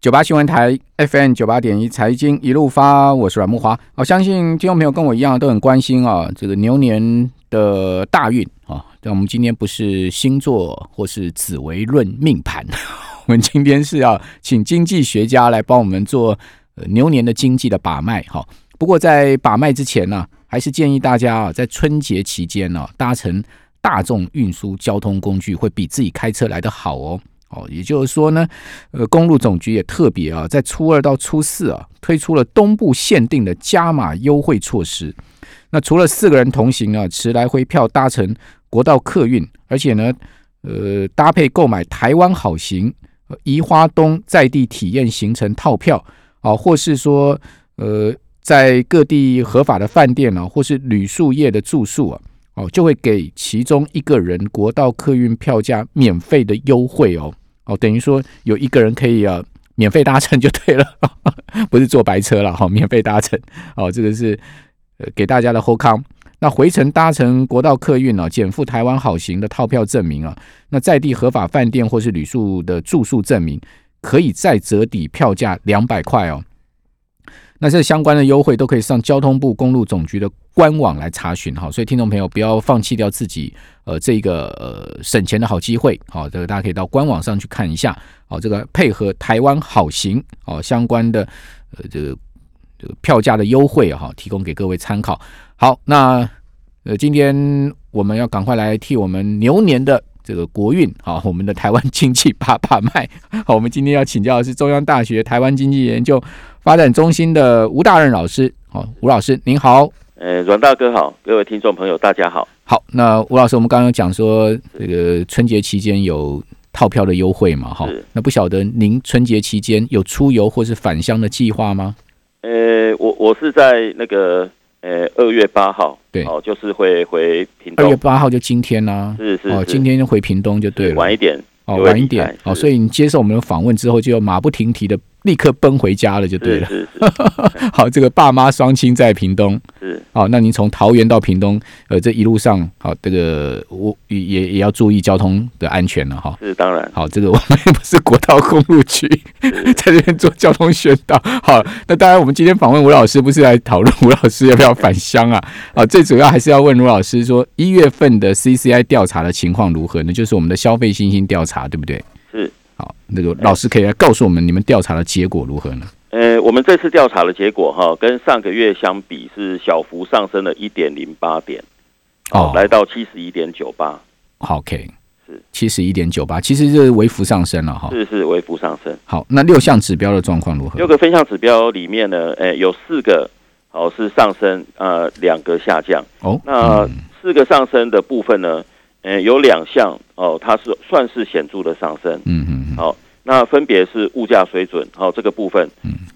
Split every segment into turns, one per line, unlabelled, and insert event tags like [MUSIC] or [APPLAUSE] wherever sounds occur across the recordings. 九八新闻台 FM 九八点一财经一路发，我是阮木华。我、相信听众朋友跟我一样都很关心啊，这个牛年的大运啊。但我们今天不是星座或是紫微论命盘， [LAUGHS] 我们今天是要请经济学家来帮我们做、呃牛年的经济的把脉哈、不过在把脉之前呢、啊还是建议大家啊，在春节期间呢、搭乘大众运输交通工具会比自己开车来得好哦。哦，也就是说呢，呃，公路总局也特别啊，在初二到初四啊，推出了东部限定的加码优惠措施。那除了四个人同行啊，持来回票搭乘国道客运，而且呢，呃，搭配购买台湾好行、呃宜花东在地体验行程套票啊，或是说呃，在各地合法的饭店啊，或是旅宿业的住宿啊，哦，就会给其中一个人国道客运票价免费的优惠哦。哦，等于说有一个人可以啊免费搭乘就对了， [LAUGHS] 不是坐白车了哈、免费搭乘哦，这个是呃给大家的后康。那回程搭乘国道客运呢、啊，减负台湾好行的套票证明啊，那在地合法饭店或是旅宿的住宿证明，可以再折抵票价两百块哦。那这相关的优惠都可以上交通部公路总局的官网来查询哦哈，所以听众朋友不要放弃掉自己呃这个呃省钱的好机会，好、这个大家可以到官网上去看一下，好、这个配合台湾好行哦相关的呃这个这个票价的优惠哈、提供给各位参考。好，那呃今天我们要赶快来替我们牛年的。这个国运好，我们的台湾经济把把脉。好，我们今天要请教的是中央大学台湾经济研究发展中心的吴大任老师。好，吴老师您好。
呃，阮大哥好，各位听众朋友大家好。
好，那吴老师，我们刚刚讲说这个春节期间有套票的优惠嘛，哈
是，
那不晓得您春节期间有出游或是返乡的计划吗？
呃，我我是在那个呃二月八号，
对
哦，就是会回屏
二月
东，
八号就今天啦、
是是
哦，
是，
今天就回屏东就对了，
晚一点
哦，
就会
晚一
离
点
开，
哦，
是
所以你接受我们的访问之后，就马不停蹄的立刻奔回家了，就对
是
了。
是是
[LAUGHS] 好，这个爸妈双亲在屏东，
是，
好，那您从桃园到屏东，呃，这一路上，好，这个我也也也要注意交通的安全了哈。
是当然
好，这个我们也不是国道公路局，在这边做交通宣导。好，那当然，我们今天访问吴老师，不是来讨论吴老师要不要返乡啊？啊，最主要还是要问吴老师说，一月份的 CCI 调查的情况如何呢？就是我们的消费信心调查，对不对？
是。
好，那个老师可以来告诉我们，你们调查的结果如何呢？
呃，我们这次调查的结果哈，跟上个月相比是小幅上升了一点零八点，
哦，
来到七十一点九八，
好，K
是
七十一点九八，其实这是微幅上升了哈。
是是微幅上升。
好，那六项指标的状况如何
六？个分项指标里面呢，呃，有四个哦是上升，呃，两个下降。
哦，
那
嗯
四个上升的部分呢，呃，有两项哦，它是算是显著的上升。
嗯嗯，嗯
好、那分别是物价水准，好、这个部分，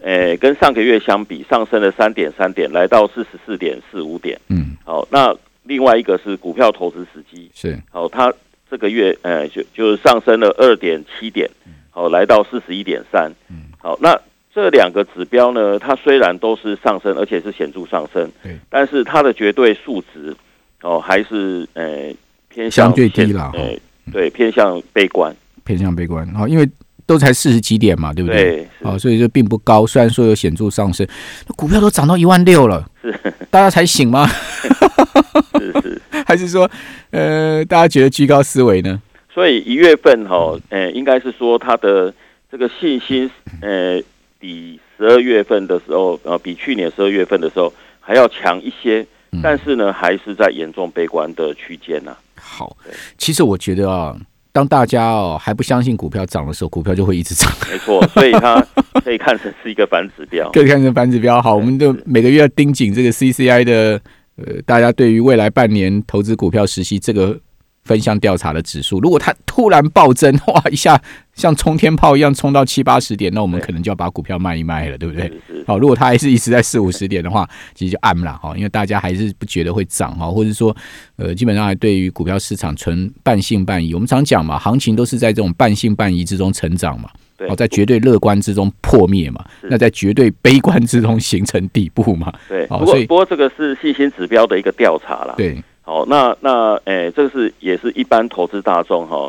呃，跟上个月相比上升了三点三点，来到四十四点四五点。
嗯，
好、那另外一个是股票投资时机，
是
好、它这个月呃就就是上升了二点七点，
嗯
好、来到四十一点三。好，那这两个指标呢，它虽然都是上升，而且是显著上升，
对，
但是它的绝对数值哦还是呃偏向
相对低啦嗯
呃对，偏向悲观，
偏向悲观。哦好，因为都才四十几点嘛，对不对？
对，
好，所以就并不高，虽然说有显著上升，那股票都涨到一万六了，
是
大家才醒吗？
是是是，
[LAUGHS] 还是说，呃，大家觉得居高思维呢？
所以一月份哈、哦，呃，应该是说它的这个信心呃比十二月份的时候，呃，比去年十二月份的时候还要强一些
嗯，
但是呢，还是在严重悲观的区
[LAUGHS]
间呐、
好
对，
其实我觉得啊，当大家哦还不相信股票涨的时候，股票就会一直涨。
没错，所以它 [LAUGHS] 可以看成是一个反指
[LAUGHS]
标。
可以看成反指标。好，我们就每个月要盯紧这个 CCI 的呃，大家对于未来半年投资股票实习这个分项调查的指数，如果它突然暴增，哇，一下像冲天炮一样冲到七八十点，那我们
对
可能就要把股票卖一卖了，对不对？
是是
好，如果它还是一直在四五十点的话， [LAUGHS] 其实就暗了哈，因为大家还是不觉得会涨哈，或者说，呃，基本上还对于股票市场存半信半疑。我们常讲嘛，行情都是在这种半信半疑之中成长嘛，
对
哦，在绝对乐观之中破灭嘛，
是
那在绝对悲观之中形成底部嘛，
对，
好
不
所
过
以
不过这个是信心指标的一个调查啦。，
对，
好，那那诶、呃这个是也是一般投资大众哈，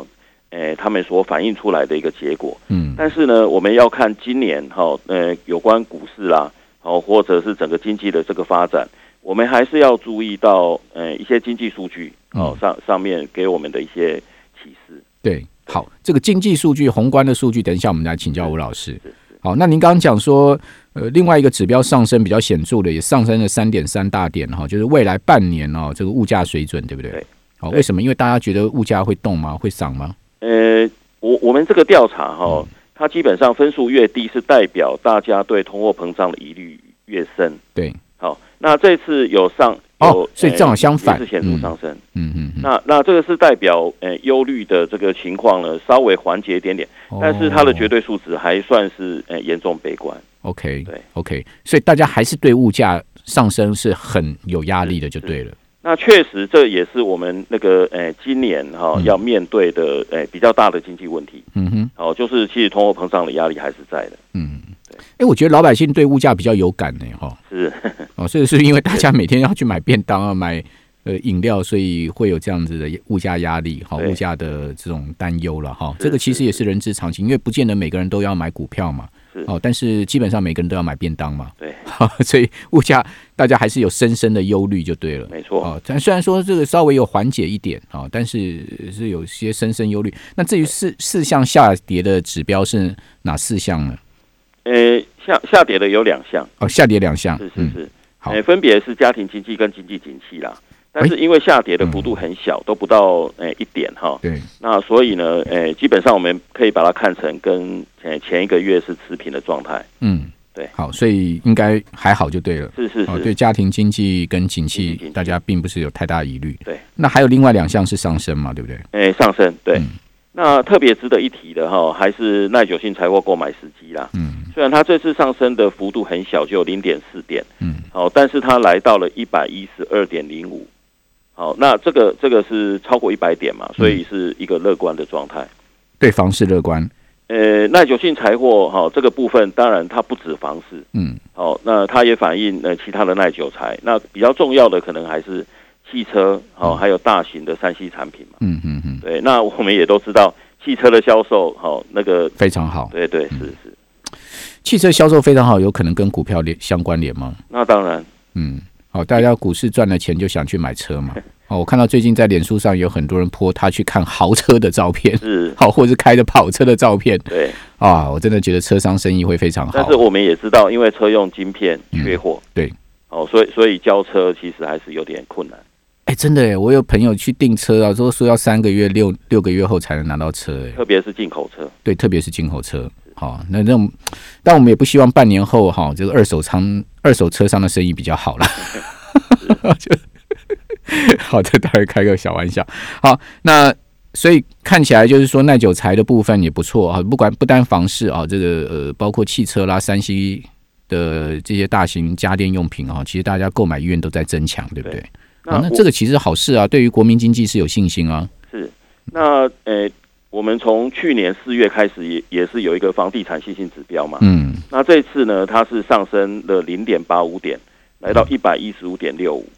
诶、诶、他们所反映出来的一个结果。
嗯
但是呢，我们要看今年哈、呃，有关股市啦，哦，或者是整个经济的这个发展，我们还是要注意到呃一些经济数据哦
嗯
上上面给我们的一些启示。
对，好，这个经济数据、宏观的数据，等一下我们来请教吴老师。好，那您刚刚讲说，呃，另外一个指标上升比较显著的，也上升了三点三大点哈、就是未来半年哦，这个物价水准，对不对？
对。
好，
对
为什么？因为大家觉得物价会动吗？会涨吗？
呃，我我们这个调查哈、
嗯
它基本上分数越低，是代表大家对通货膨胀的疑虑越深。
对，
好、那这次有上
哦
有
所以正好相反
呃也是显著
嗯
上升。
嗯嗯嗯。
那那这个是代表呃忧虑的这个情况呢，稍微缓解一点点。
哦
但是它的绝
对、
对数值还算是呃严重悲观，
OK，
对
OK，所以大家还是对物价上升是很有压力的，就对了。
那确实这也是我们那个呃今年哈、
嗯
要面对的呃比较大的经济问题，
嗯哼，
哦，就是其实通货膨胀的压力还是在的，
嗯。哎，我觉得老百姓对物价比较有感呢，哈、
是 [LAUGHS]
哦，所以是因为大家每天要去买便当啊，买呃饮料，所以会有这样子的物价压力，好、
对
物价的这种担忧了哈、
是
这个其实
是
也是人之常情，因为不见得每个人都要买股票嘛
是，
哦，但是基本上每个人都要买便当嘛，
对，
所以物价大家还是有深深的忧虑就对了。
没错。
哦，但虽然说这个稍微有缓解一点啊、哦，但是是有些深深忧虑。那至于四四项下跌的指标是哪四项呢？
呃，下下跌的有两项，
哦，下跌两项，
是是
嗯，
是，
好哎
呃，分别是家庭经济跟经济景气啦。但是因为下跌的幅度很小，都不到呃一点哈，
嗯对，
那所以呢，呃，基本上我们可以把它看成跟呃前一个月是持平的状态，
嗯，
对
好，所以应该还好就对了。
是是
哦，
是，
对家庭经济跟景
经济
气
经，济
大家并不是有太大疑虑。
对，
那还有另外两项是上升嘛，对不对？
诶，哎上升对。
嗯
那特别值得一提的哈，还是耐久性财货购买时机啦。
嗯
虽然它这次上升的幅度很小，只有零点四点，
嗯，
好，但是它来到了一百一十二点零五，好，那这个这个是超过一百点嘛，
嗯
所以是一个乐观的状态。
对房市乐观，
呃，耐久性财货哈这个部分，当然它不止房市，
嗯
好，那它也反映呃其他的耐久材。那比较重要的可能还是汽车，好，还有大型的三 C 产品嘛。
嗯嗯嗯，
对，那我们也都知道汽车的销售，好、那个，
非常好。
对对
嗯
是是，
汽车销售非常好，有可能跟股票联相关联吗？
那当然，
嗯，好，大家股市赚了钱就想去买车
[LAUGHS]
嘛。哦，我看到最近在脸书上有很多人泼他去看豪车的照片，
是
好，或者是开着跑车的照片
对，
啊，我真的觉得车商生意会非常
但
好
是。我们也知道，因为车用晶片
嗯
缺货，
对，
哦，所以所以交车其实还是有点困难，
哎，真的耶，我有朋友去订车啊，都说要三个月、六六个月后才能拿到车，哎，
特别是进口车，
对，特别是进口车。好、那那种，但我们也不希望半年后哈、这个二手仓、二手车商的生意比较好了。 [LAUGHS] 就好的，当然开个小玩笑。好，那所以看起来就是说耐久材的部分也不错啊，不管不单房市啊，这个呃，包括汽车啦、山西的这些大型家电用品啊，其实大家购买意愿都在增强，对不对？啊，那
我
这个其实好事啊，对于国民经济是有信心啊。
那呃，我们从去年四月开始也也是有一个房地产信心指标嘛，
嗯
那这次呢，它是上升了零点八五点，来到一百一十五点六五。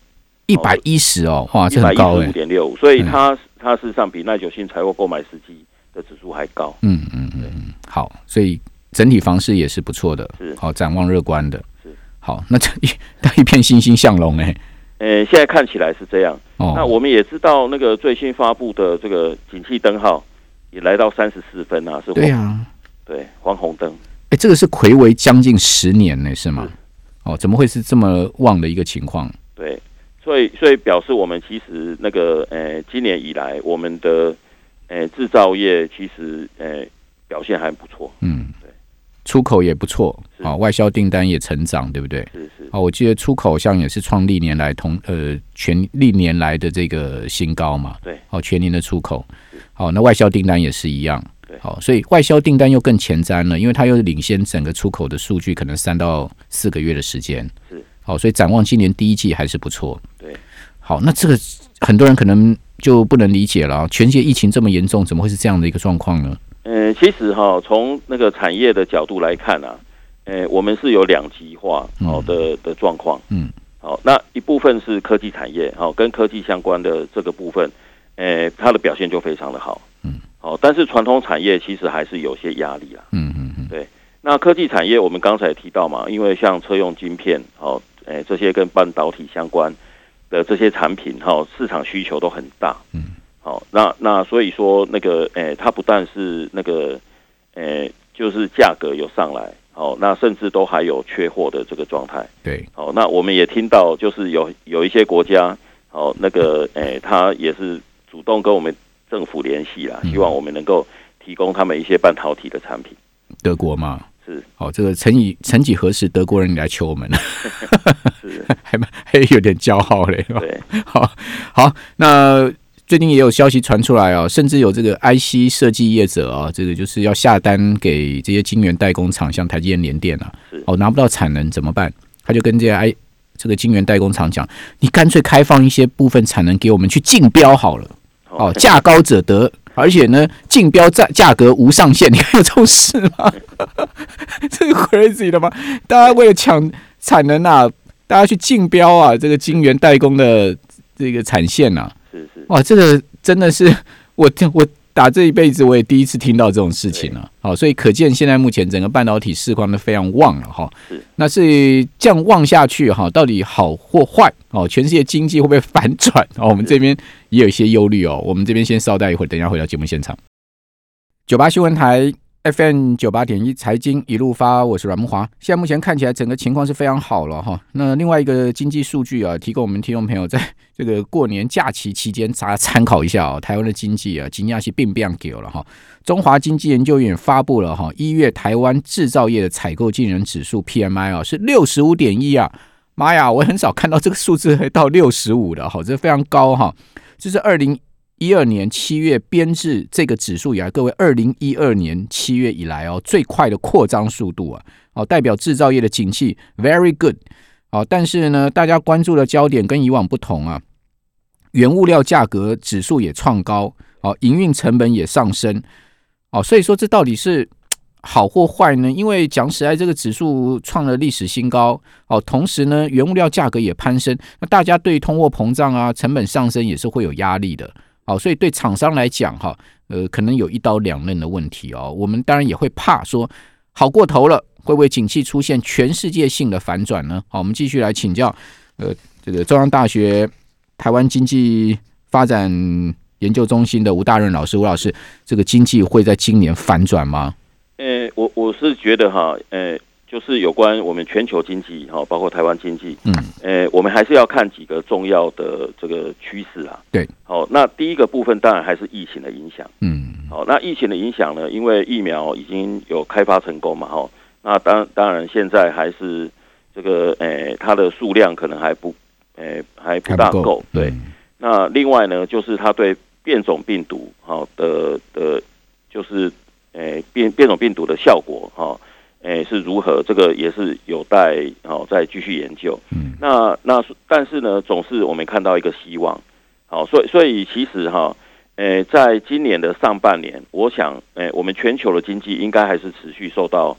一百一十哦，哇，
一
这
百
很
一
高哎、
十五点六五，所以它它事实上比耐久性财货购买时机的指数还高。
嗯嗯嗯，嗯，好，所以整体房市也是不错的
是，
好、展望乐观的
是，
好，那这一 [LAUGHS] 它一片欣欣向荣哎、
呃，现在看起来是这样。那
哦，
我们也知道那个最新发布的这个景气灯号也来到三十四分啊，是
对
黄
呀、
对黄红灯。
哎、这个是魁违将近十年呢、欸是吗
是？
哦，怎么会是这么旺的一个情况？
对，所以所以表示我们其实那个呃，今年以来我们的呃制造业其实呃表现还不错，
嗯
对，
出口也不错，
是
啊、外销订单也成长，对不对？
是是
哦，我记得出口好像也是创历年来同呃全历年来的这个新高嘛。
对，
哦，全年的出口，好、那外销订单也是一样。
对
好、所以外销订单又更前瞻了，因为它又领先整个出口的数据，可能三到四个月的时间。
是，
好、所以展望今年第一季还是不错。
对，
好，那这个很多人可能就不能理解了啊，全世界疫情这么严重，怎么会是这样的一个状况呢？
呃，其实哈、从那个产业的角度来看啊，呃，我们是有两极化哦
嗯
的的状况，
嗯，
好、那一部分是科技产业，好、跟科技相关的这个部分，呃，它的表现就非常的好，
嗯，
好、但是传统产业其实还是有些压力啦。
嗯嗯嗯，
那科技产业我们刚才也提到嘛，因为像车用晶片，哦，诶这些跟半导体相关的这些产品，哈、市场需求都很大。
嗯，
好、那那所以说那个，诶，它不但是那个，诶，就是价格有上来，哦，那甚至都还有缺货的这个状态。
对，
哦，那我们也听到，就是有有一些国家，哦，那个，诶，他也是主动跟我们政府联系啦，
嗯
希望我们能够提供他们一些半导体的产品。
德国嘛。
是
哦，这个曾以曾几何时，德国人来求我们， [LAUGHS]
是，
还蛮还有点骄傲嘞。
对。
好 [LAUGHS] 好，那最近也有消息传出来哦，甚至有这个 IC 设计业者啊、这个就是要下单给这些晶圆代工厂，像台积电、联电啊
是，
哦，拿不到产能怎么办？他就跟这些 I 这个晶圆代工厂讲，你干脆开放一些部分产能给我们去竞标好了，哦，价高者得。而且呢，竞标价价格无上限，你 [LAUGHS] 看有这种事吗？ [LAUGHS] 这个 crazy 了吗？大家为了抢产能啊，大家去竞标啊，这个晶圆代工的这个产线啊，
是是
哇，这个真的是我听我打这一辈子我也第一次听到这种事情了、好、所以可见现在目前整个半导体市况都非常旺了哈、
是
那是这样旺下去哈、到底好或坏哦？全世界经济会不会反转？哦，我们这边也有一些忧虑哦。我们这边先稍待一会儿，等一下回到节目现场。九八新闻台 FM 九八点一财经一路发，我是阮木华。现在目前看起来整个情况是非常好了哈。那另外一个经济数据啊，提供我们听众朋友在这个过年假期期间大家参考一下哦。台湾的经济啊，惊讶是并不给了哈。中华经济研究院发布了哈一月台湾制造业的采购经理人指数 PMI 啊是六十五点一啊，妈呀，我很少看到这个数字会到六十五的哈，这非常高哈。这是二零一二年七月编制这个指数以来，各位二零一二年七月以来哦，最快的扩张速度啊，哦，代表制造业的景气 very good。哦，但是呢，大家关注的焦点跟以往不同啊，原物料价格指数也创高，哦，营运成本也上升，哦，所以说这到底是好或坏呢？因为讲实在，这个指数创了历史新高，哦，同时呢，原物料价格也攀升，那大家对通货膨胀啊、成本上升也是会有压力的。好，所以对厂商来讲，哈，呃，可能有一刀两刃的问题哦。我们当然也会怕说好过头了，会不会景气出现全世界性的反转呢？好，我们继续来请教，呃，这个中央大学台湾经济发展研究中心的吴大任老师，吴老师，这个经济会在今年反转吗？
呃，我我是觉得哈，呃，就是有关我们全球经济哈，包括台湾经济，
嗯，
呃，我们还是要看几个重要的这个趋势啦。
对，
好、那第一个部分当然还是疫情的影响。
嗯，
好、那疫情的影响呢，因为疫苗已经有开发成功嘛，哈、那当当然现在还是这个，呃，它的数量可能还不，呃，还不
还
大
不够，
对，
嗯
那另外呢，就是它对变种病毒哈的的，就是诶、变变种病毒的效果哈，诶、是如何？这个也是有待哦再继续研究。
嗯，
那那但是呢，总是我们看到一个希望。好，所以所以其实哈，诶、在今年的上半年，我想诶、我们全球的经济应该还是持续受到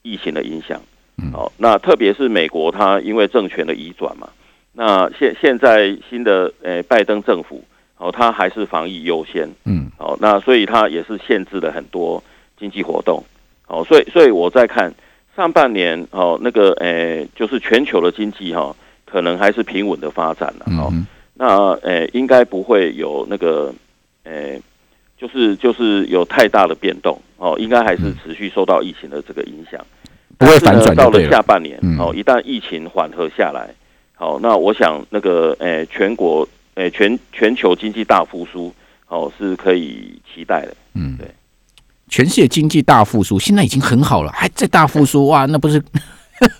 疫情的影响
嗯。
好，那特别是美国，它因为政权的移转嘛，那现现在新的诶、拜登政府，哦，它还是防疫优先，
嗯，
哦，那所以它也是限制了很多经济活动，哦，所以所以我在看上半年，哦，那个诶、就是全球的经济哈、哦，可能还是平稳的发展了，
嗯
哦，
哼
那诶、应该不会有那个诶、就是就是有太大的变动，哦，应该还
嗯
是持续受到疫情的这个影响。
不会反转
但是呢到
就
了
对
下
了，
半年
嗯，
哦，一旦疫情缓和下来，好、那我想那个诶、呃全国诶、呃全全球经济大复苏，哦，是可以期待的。
嗯，
对。
全世界经济大复苏，现在已经很好了，还在大复苏哇，那不是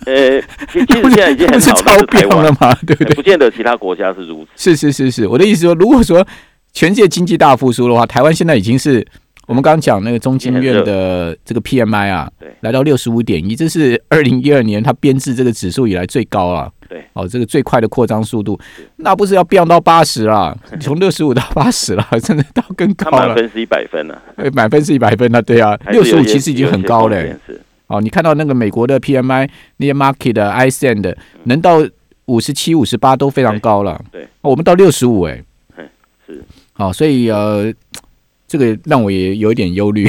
呃、其
[LAUGHS]
其实现在已经
不
很
是
好，但
超
是台
标
湾
了吗？对不
呃
对？
不见得其他国家是如此。
是是是是，我的意思说，如果说全世界经济大复苏的话，台湾现在已经是我们刚刚讲那个中经院的这个 PMI 啊
对，
来到六十五点一，这是二零一二年它编制这个指数以来最高啊。
对，
哦，这个最快的扩张速度，那不是要飙到八十
[LAUGHS]
啦，从六十五到八十啦，甚至到更
它
高
满
了，
分是一百分呢、啊，
呃满分是一百分了，对啊，
还是
六
有
十五
些
其实已经很高了、
有些空间是
哦，你看到那个美国的 PMI 那些 market 的 ISM 的，能到五十七、五十八都非常高了。
嗯对对
哦我们到六十五哎
嗯，是
好、所以呃，这个让我也有一点忧
[LAUGHS]
虑，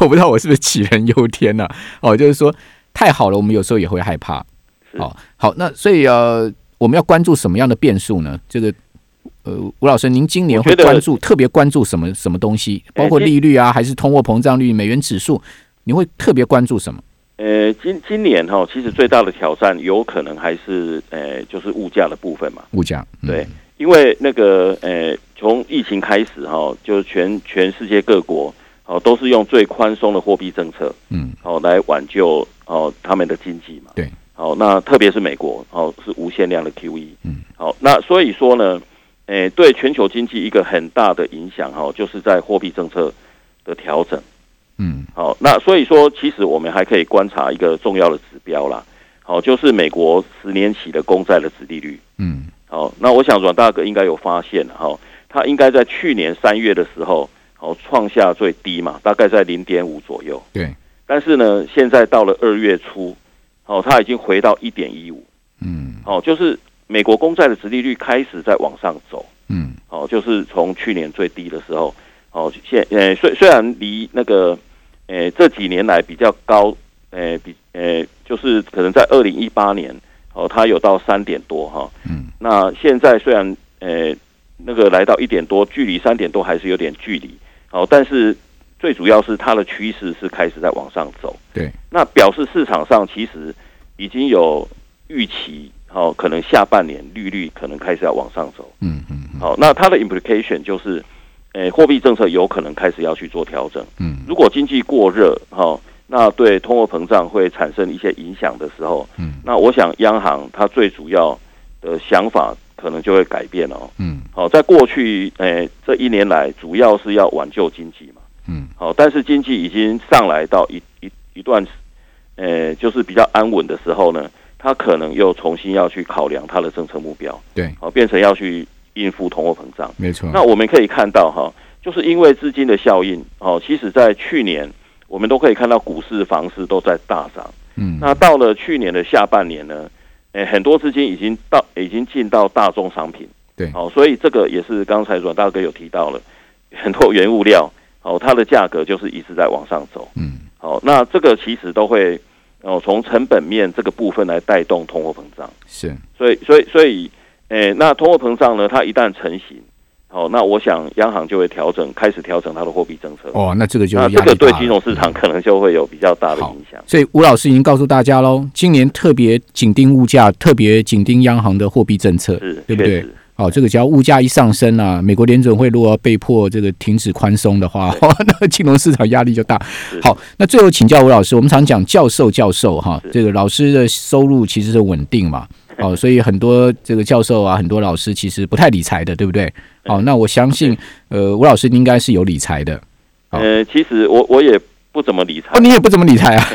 我不知道我是不是杞人忧天呐、哦，就是说太好了，我们有时候也会害怕。
是
哦，好，那所以呃，我们要关注什么样的变数呢？这个呃，吴老师，您今年
我
会
觉得
关注特别关注什么什么东西？包括
今
利率啊，还是通货膨胀率、美元指数？你会特别关注什么？
呃，今今年哈、其实最大的挑战有可能还是呃，就是物价的部分嘛。
物价？嗯
对，因为那个呃，从疫情开始哈、就是全全世界各国哦都是用最宽松的货币政策
嗯，
哦来挽救哦他们的经济嘛。
对，
哦，那特别是美国哦是无限量的 QE，
嗯，
好、那所以说呢，诶、对全球经济一个很大的影响哈、就是在货币政策的调整。
嗯，
好，那所以说，其实我们还可以观察一个重要的指标啦。好，就是美国十年期的公债的殖利率。
嗯，
好，那我想阮大哥应该有发现哈、它应该在去年三月的时候，好创下最低嘛，大概在零点五左右。
对，
但是呢，现在到了二月初，好、它已经回到一点一五。
嗯，
好，就是美国公债的殖利率开始在往上走。
嗯，
哦，就是从去年最低的时候，哦，现呃虽虽然离那个呃这几年来比较高，呃比呃就是可能在二零一八年哦，它有到三点多哈、
嗯，
那现在虽然呃那个来到一点多，距离三点多还是有点距离，哦，但是最主要是它的趋势是开始在往上走，
对，
那表示市场上其实已经有预期，哦，可能下半年利率可能开始要往上走。
嗯，嗯，嗯
好，那它的 implication 就是，诶、货币政策有可能开始要去做调整。
嗯，
如果经济过热，哈、那对通货膨胀会产生一些影响的时候，
嗯，
那我想央行它最主要的想法可能就会改变哦。
嗯，
好、在过去诶、这一年来，主要是要挽救经济嘛。
嗯，
好、但是经济已经上来到一一一段，诶、就是比较安稳的时候呢，它可能又重新要去考量它的政策目标。
对，
好、变成要去应付通货膨胀。
没错。
那我们可以看到哈，就是因为资金的效应哦，其实在去年我们都可以看到股市、房市都在大涨。
嗯，
那到了去年的下半年呢，诶，很多资金已经到已经进到大宗商品，
对
哦，所以这个也是刚才阮大哥有提到了，很多原物料哦，它的价格就是一直在往上走。
嗯，
好、那这个其实都会哦，从成本面这个部分来带动通货膨胀。
是，
所以，所以，所以，诶、那通货膨胀呢？它一旦成型，好、那我想央行就会调整，开始调整它的货币政策。
哦，那这个就
那
是
这
压力
个对
大
金
了嗯
融市场可能就会有比较大的
好
影响。
所以吴老师已经告诉大家喽，今年特别紧盯物价，特别紧盯央行的货币政策，
是，
对不
确
对？
实，
哦，这个只要物价一上升啊，美国联准会如果要被迫这个停止宽松的话， [LAUGHS] 哦那金融市场压力就大。
是
好，那最后请教吴老师，我们常讲教授教授哈
是，
这个老师的收入其实是稳定
[LAUGHS]
嘛，哦，所以很多这个教授啊，很多老师其实不太理财的，对不对？哦，那我相信，呃，吴老师应该是有理财的。好
呃，其实我我也不怎么理财
哦，，你也不怎么理财
[LAUGHS]
啊？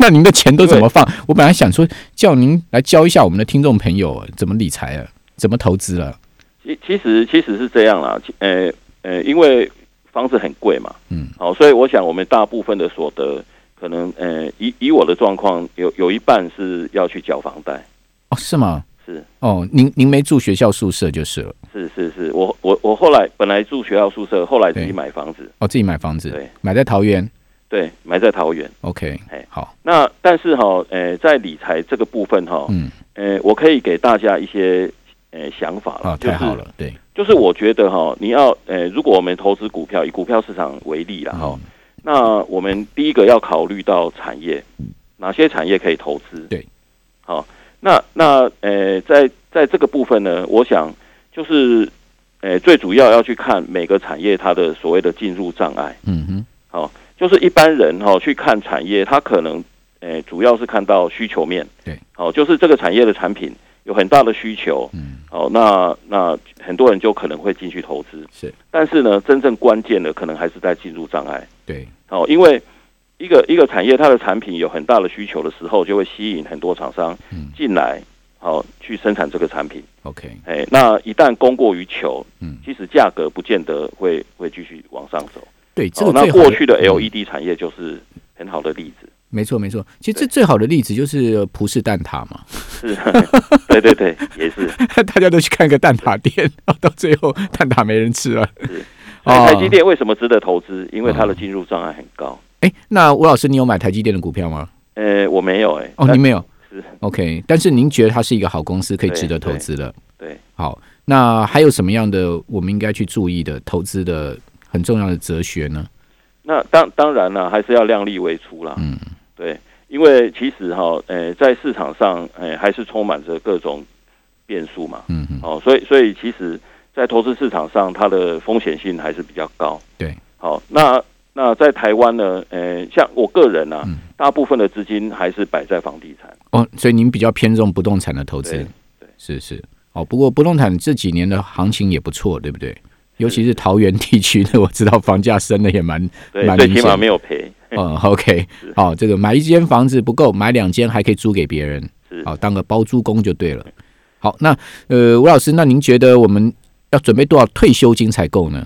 那您的钱都怎么放？我本来想说叫您来教一下我们的听众朋友怎么理财啊，怎么投资了。
其其实其实是这样啦，其呃呃，因为房子很贵嘛，
嗯，
好、所以我想我们大部分的所得，可能呃，以以我的状况，有有一半是要去缴房贷，
哦，是吗？
是。
哦，您您没住学校宿舍就是了。
是是是，我我我后来本来住学校宿舍，后来自
对
己买房子，
哦，自己买房子，
对
买在桃园。
对，买在桃园。
OK，
哎
好，
那但是哈、呃，在理财这个部分哈、
嗯，
呃，我可以给大家一些呃想法了，
啊，太好了，对，
就是。就是我觉得哈、你要呃，如果我们投资股票，以股票市场为例了哈、
嗯
那我们第一个要考虑到产业，哪些产业可以投资？
嗯对，
好、那那呃，在在这个部分呢，我想就是呃，最主要要去看每个产业它的所谓的进入障碍，
嗯哼，
就是一般人哈、去看产业，他可能呃主要是看到需求面，
对，
好、就是这个产业的产品有很大的需求，
嗯，
哦，那那很多人就可能会进去投资，
是，
但是呢，真正关键的可能还是在进入障碍。
对，
哦，因为一个一个产业它的产品有很大的需求的时候，就会吸引很多厂商
嗯
进来，好、去生产这个产品。
，OK，
哎，那一旦供过于求，
嗯
其实价格不见得会会继续往上走。
对，这个，
哦那
最好
过去的 E
嗯
LED 产业就是很好的例子。
没错没错，其实这最好的例子就是呃葡式蛋挞嘛， [LAUGHS]
是，对对对，也是
大家都去看个蛋挞店，到最后蛋挞没人吃了哦
是。所以台积电为什么值得投资？因为它的进入障碍很高。
哎，那吴老师，你有买台积电的股票吗？
呃，我没有哎、
哦，
但
你没有
是
OK，但是您觉得它是一个好公司，可以
对
值得投资的。
对，
好，那还有什么样的我们应该去注意的投资的很重要的哲学呢？
那当当然了，还是要量力为出啦。
嗯，
对，因为其实哈，呃，在市场上，呃，还是充满着各种变数嘛。
嗯嗯，
哦，所以所以其实，在投资市场上，它的风险性还是比较高。
对，
好，那那在台湾呢，呃，像我个人啊，
嗯
大部分的资金还是摆在房地产。
哦，所以您比较偏重不动产的投资
对，
是是。哦，不过不动产这几年的行情也不错，对不对？尤其是桃园地区 [LAUGHS] 的，我知道房价升的也蛮……
对，
蛮
最
明
起码
显
没有赔。
[LAUGHS] 嗯，OK，好、这个买一间房子不够，买两间还可以租给别人，
是
好、当个包租公就对了。好，那呃，吴老师，那您觉得我们要准备多少退休金才够呢？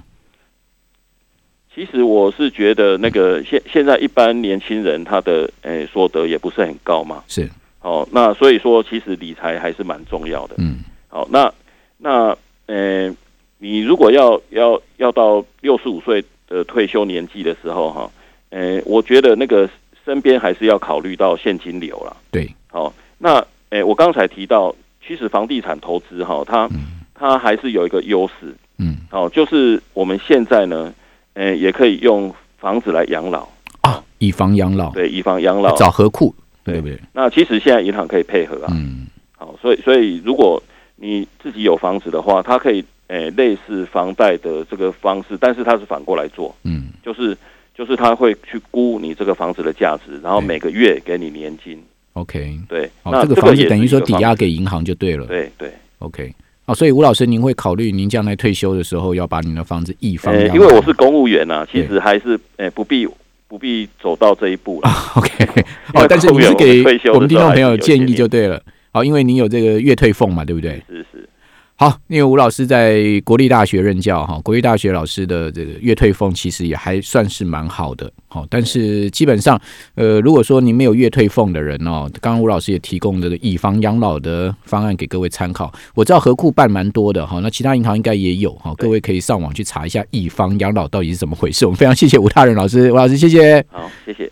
其实我是觉得那个现现在一般年轻人他的诶所得也不是很高嘛，
是，
哦，那所以说其实理财还是蛮重要的。
嗯，
好、那那呃，你如果要要要到六十五岁的退休年纪的时候哈，呃，我觉得那个身边还是要考虑到现金流啦。
对，
好、那诶，我刚才提到，其实房地产投资哈、它它还是有一个优势，
嗯，
哦，就是我们现在呢，呃，也可以用房子来养老，
啊，以房养老，
对，以防养老。
找何库，
对
对
啊
不对？
那其实现在银行可以配合啊，
嗯，
好，所以所以如果你自己有房子的话，它可以诶、呃类似房贷的这个方式，但是它是反过来做，
嗯，
就是就是它会去估你这个房子的价值，然后每个月给你年金。
，OK，
对，
哦，
那
这个
这
房
也
子
是
等于
一
说
个
抵
方
押
式。
给银行就对了
对对，
，OK。哦，所以吴老师，您会考虑您将来退休的时候要把您的房子以房
呃，
养老，
因为我是公务员呐、啊，其实还是诶、呃不必不必走到这一步了。
啊，OK，
[LAUGHS] 因
哦
为，
但是你是
后面我们
给
退休的
我们听众朋友
时候还是有
建议
建议
就对了，好，因为您有这个月退俸嘛，对不对？
是是，
好，因为吴老师在国立大学任教哈，国立大学老师的这个月退俸其实也还算是蛮好的，好，但是基本上，呃，如果说您没有月退俸的人哦，刚刚吴老师也提供这个以房养老的方案给各位参考。我知道合库办蛮多的哈，那其他银行应该也有哈，
对
各位可以上网去查一下以房养老到底是怎么回事。我们非常谢谢吴大人老师，吴老师谢谢。
好，谢谢。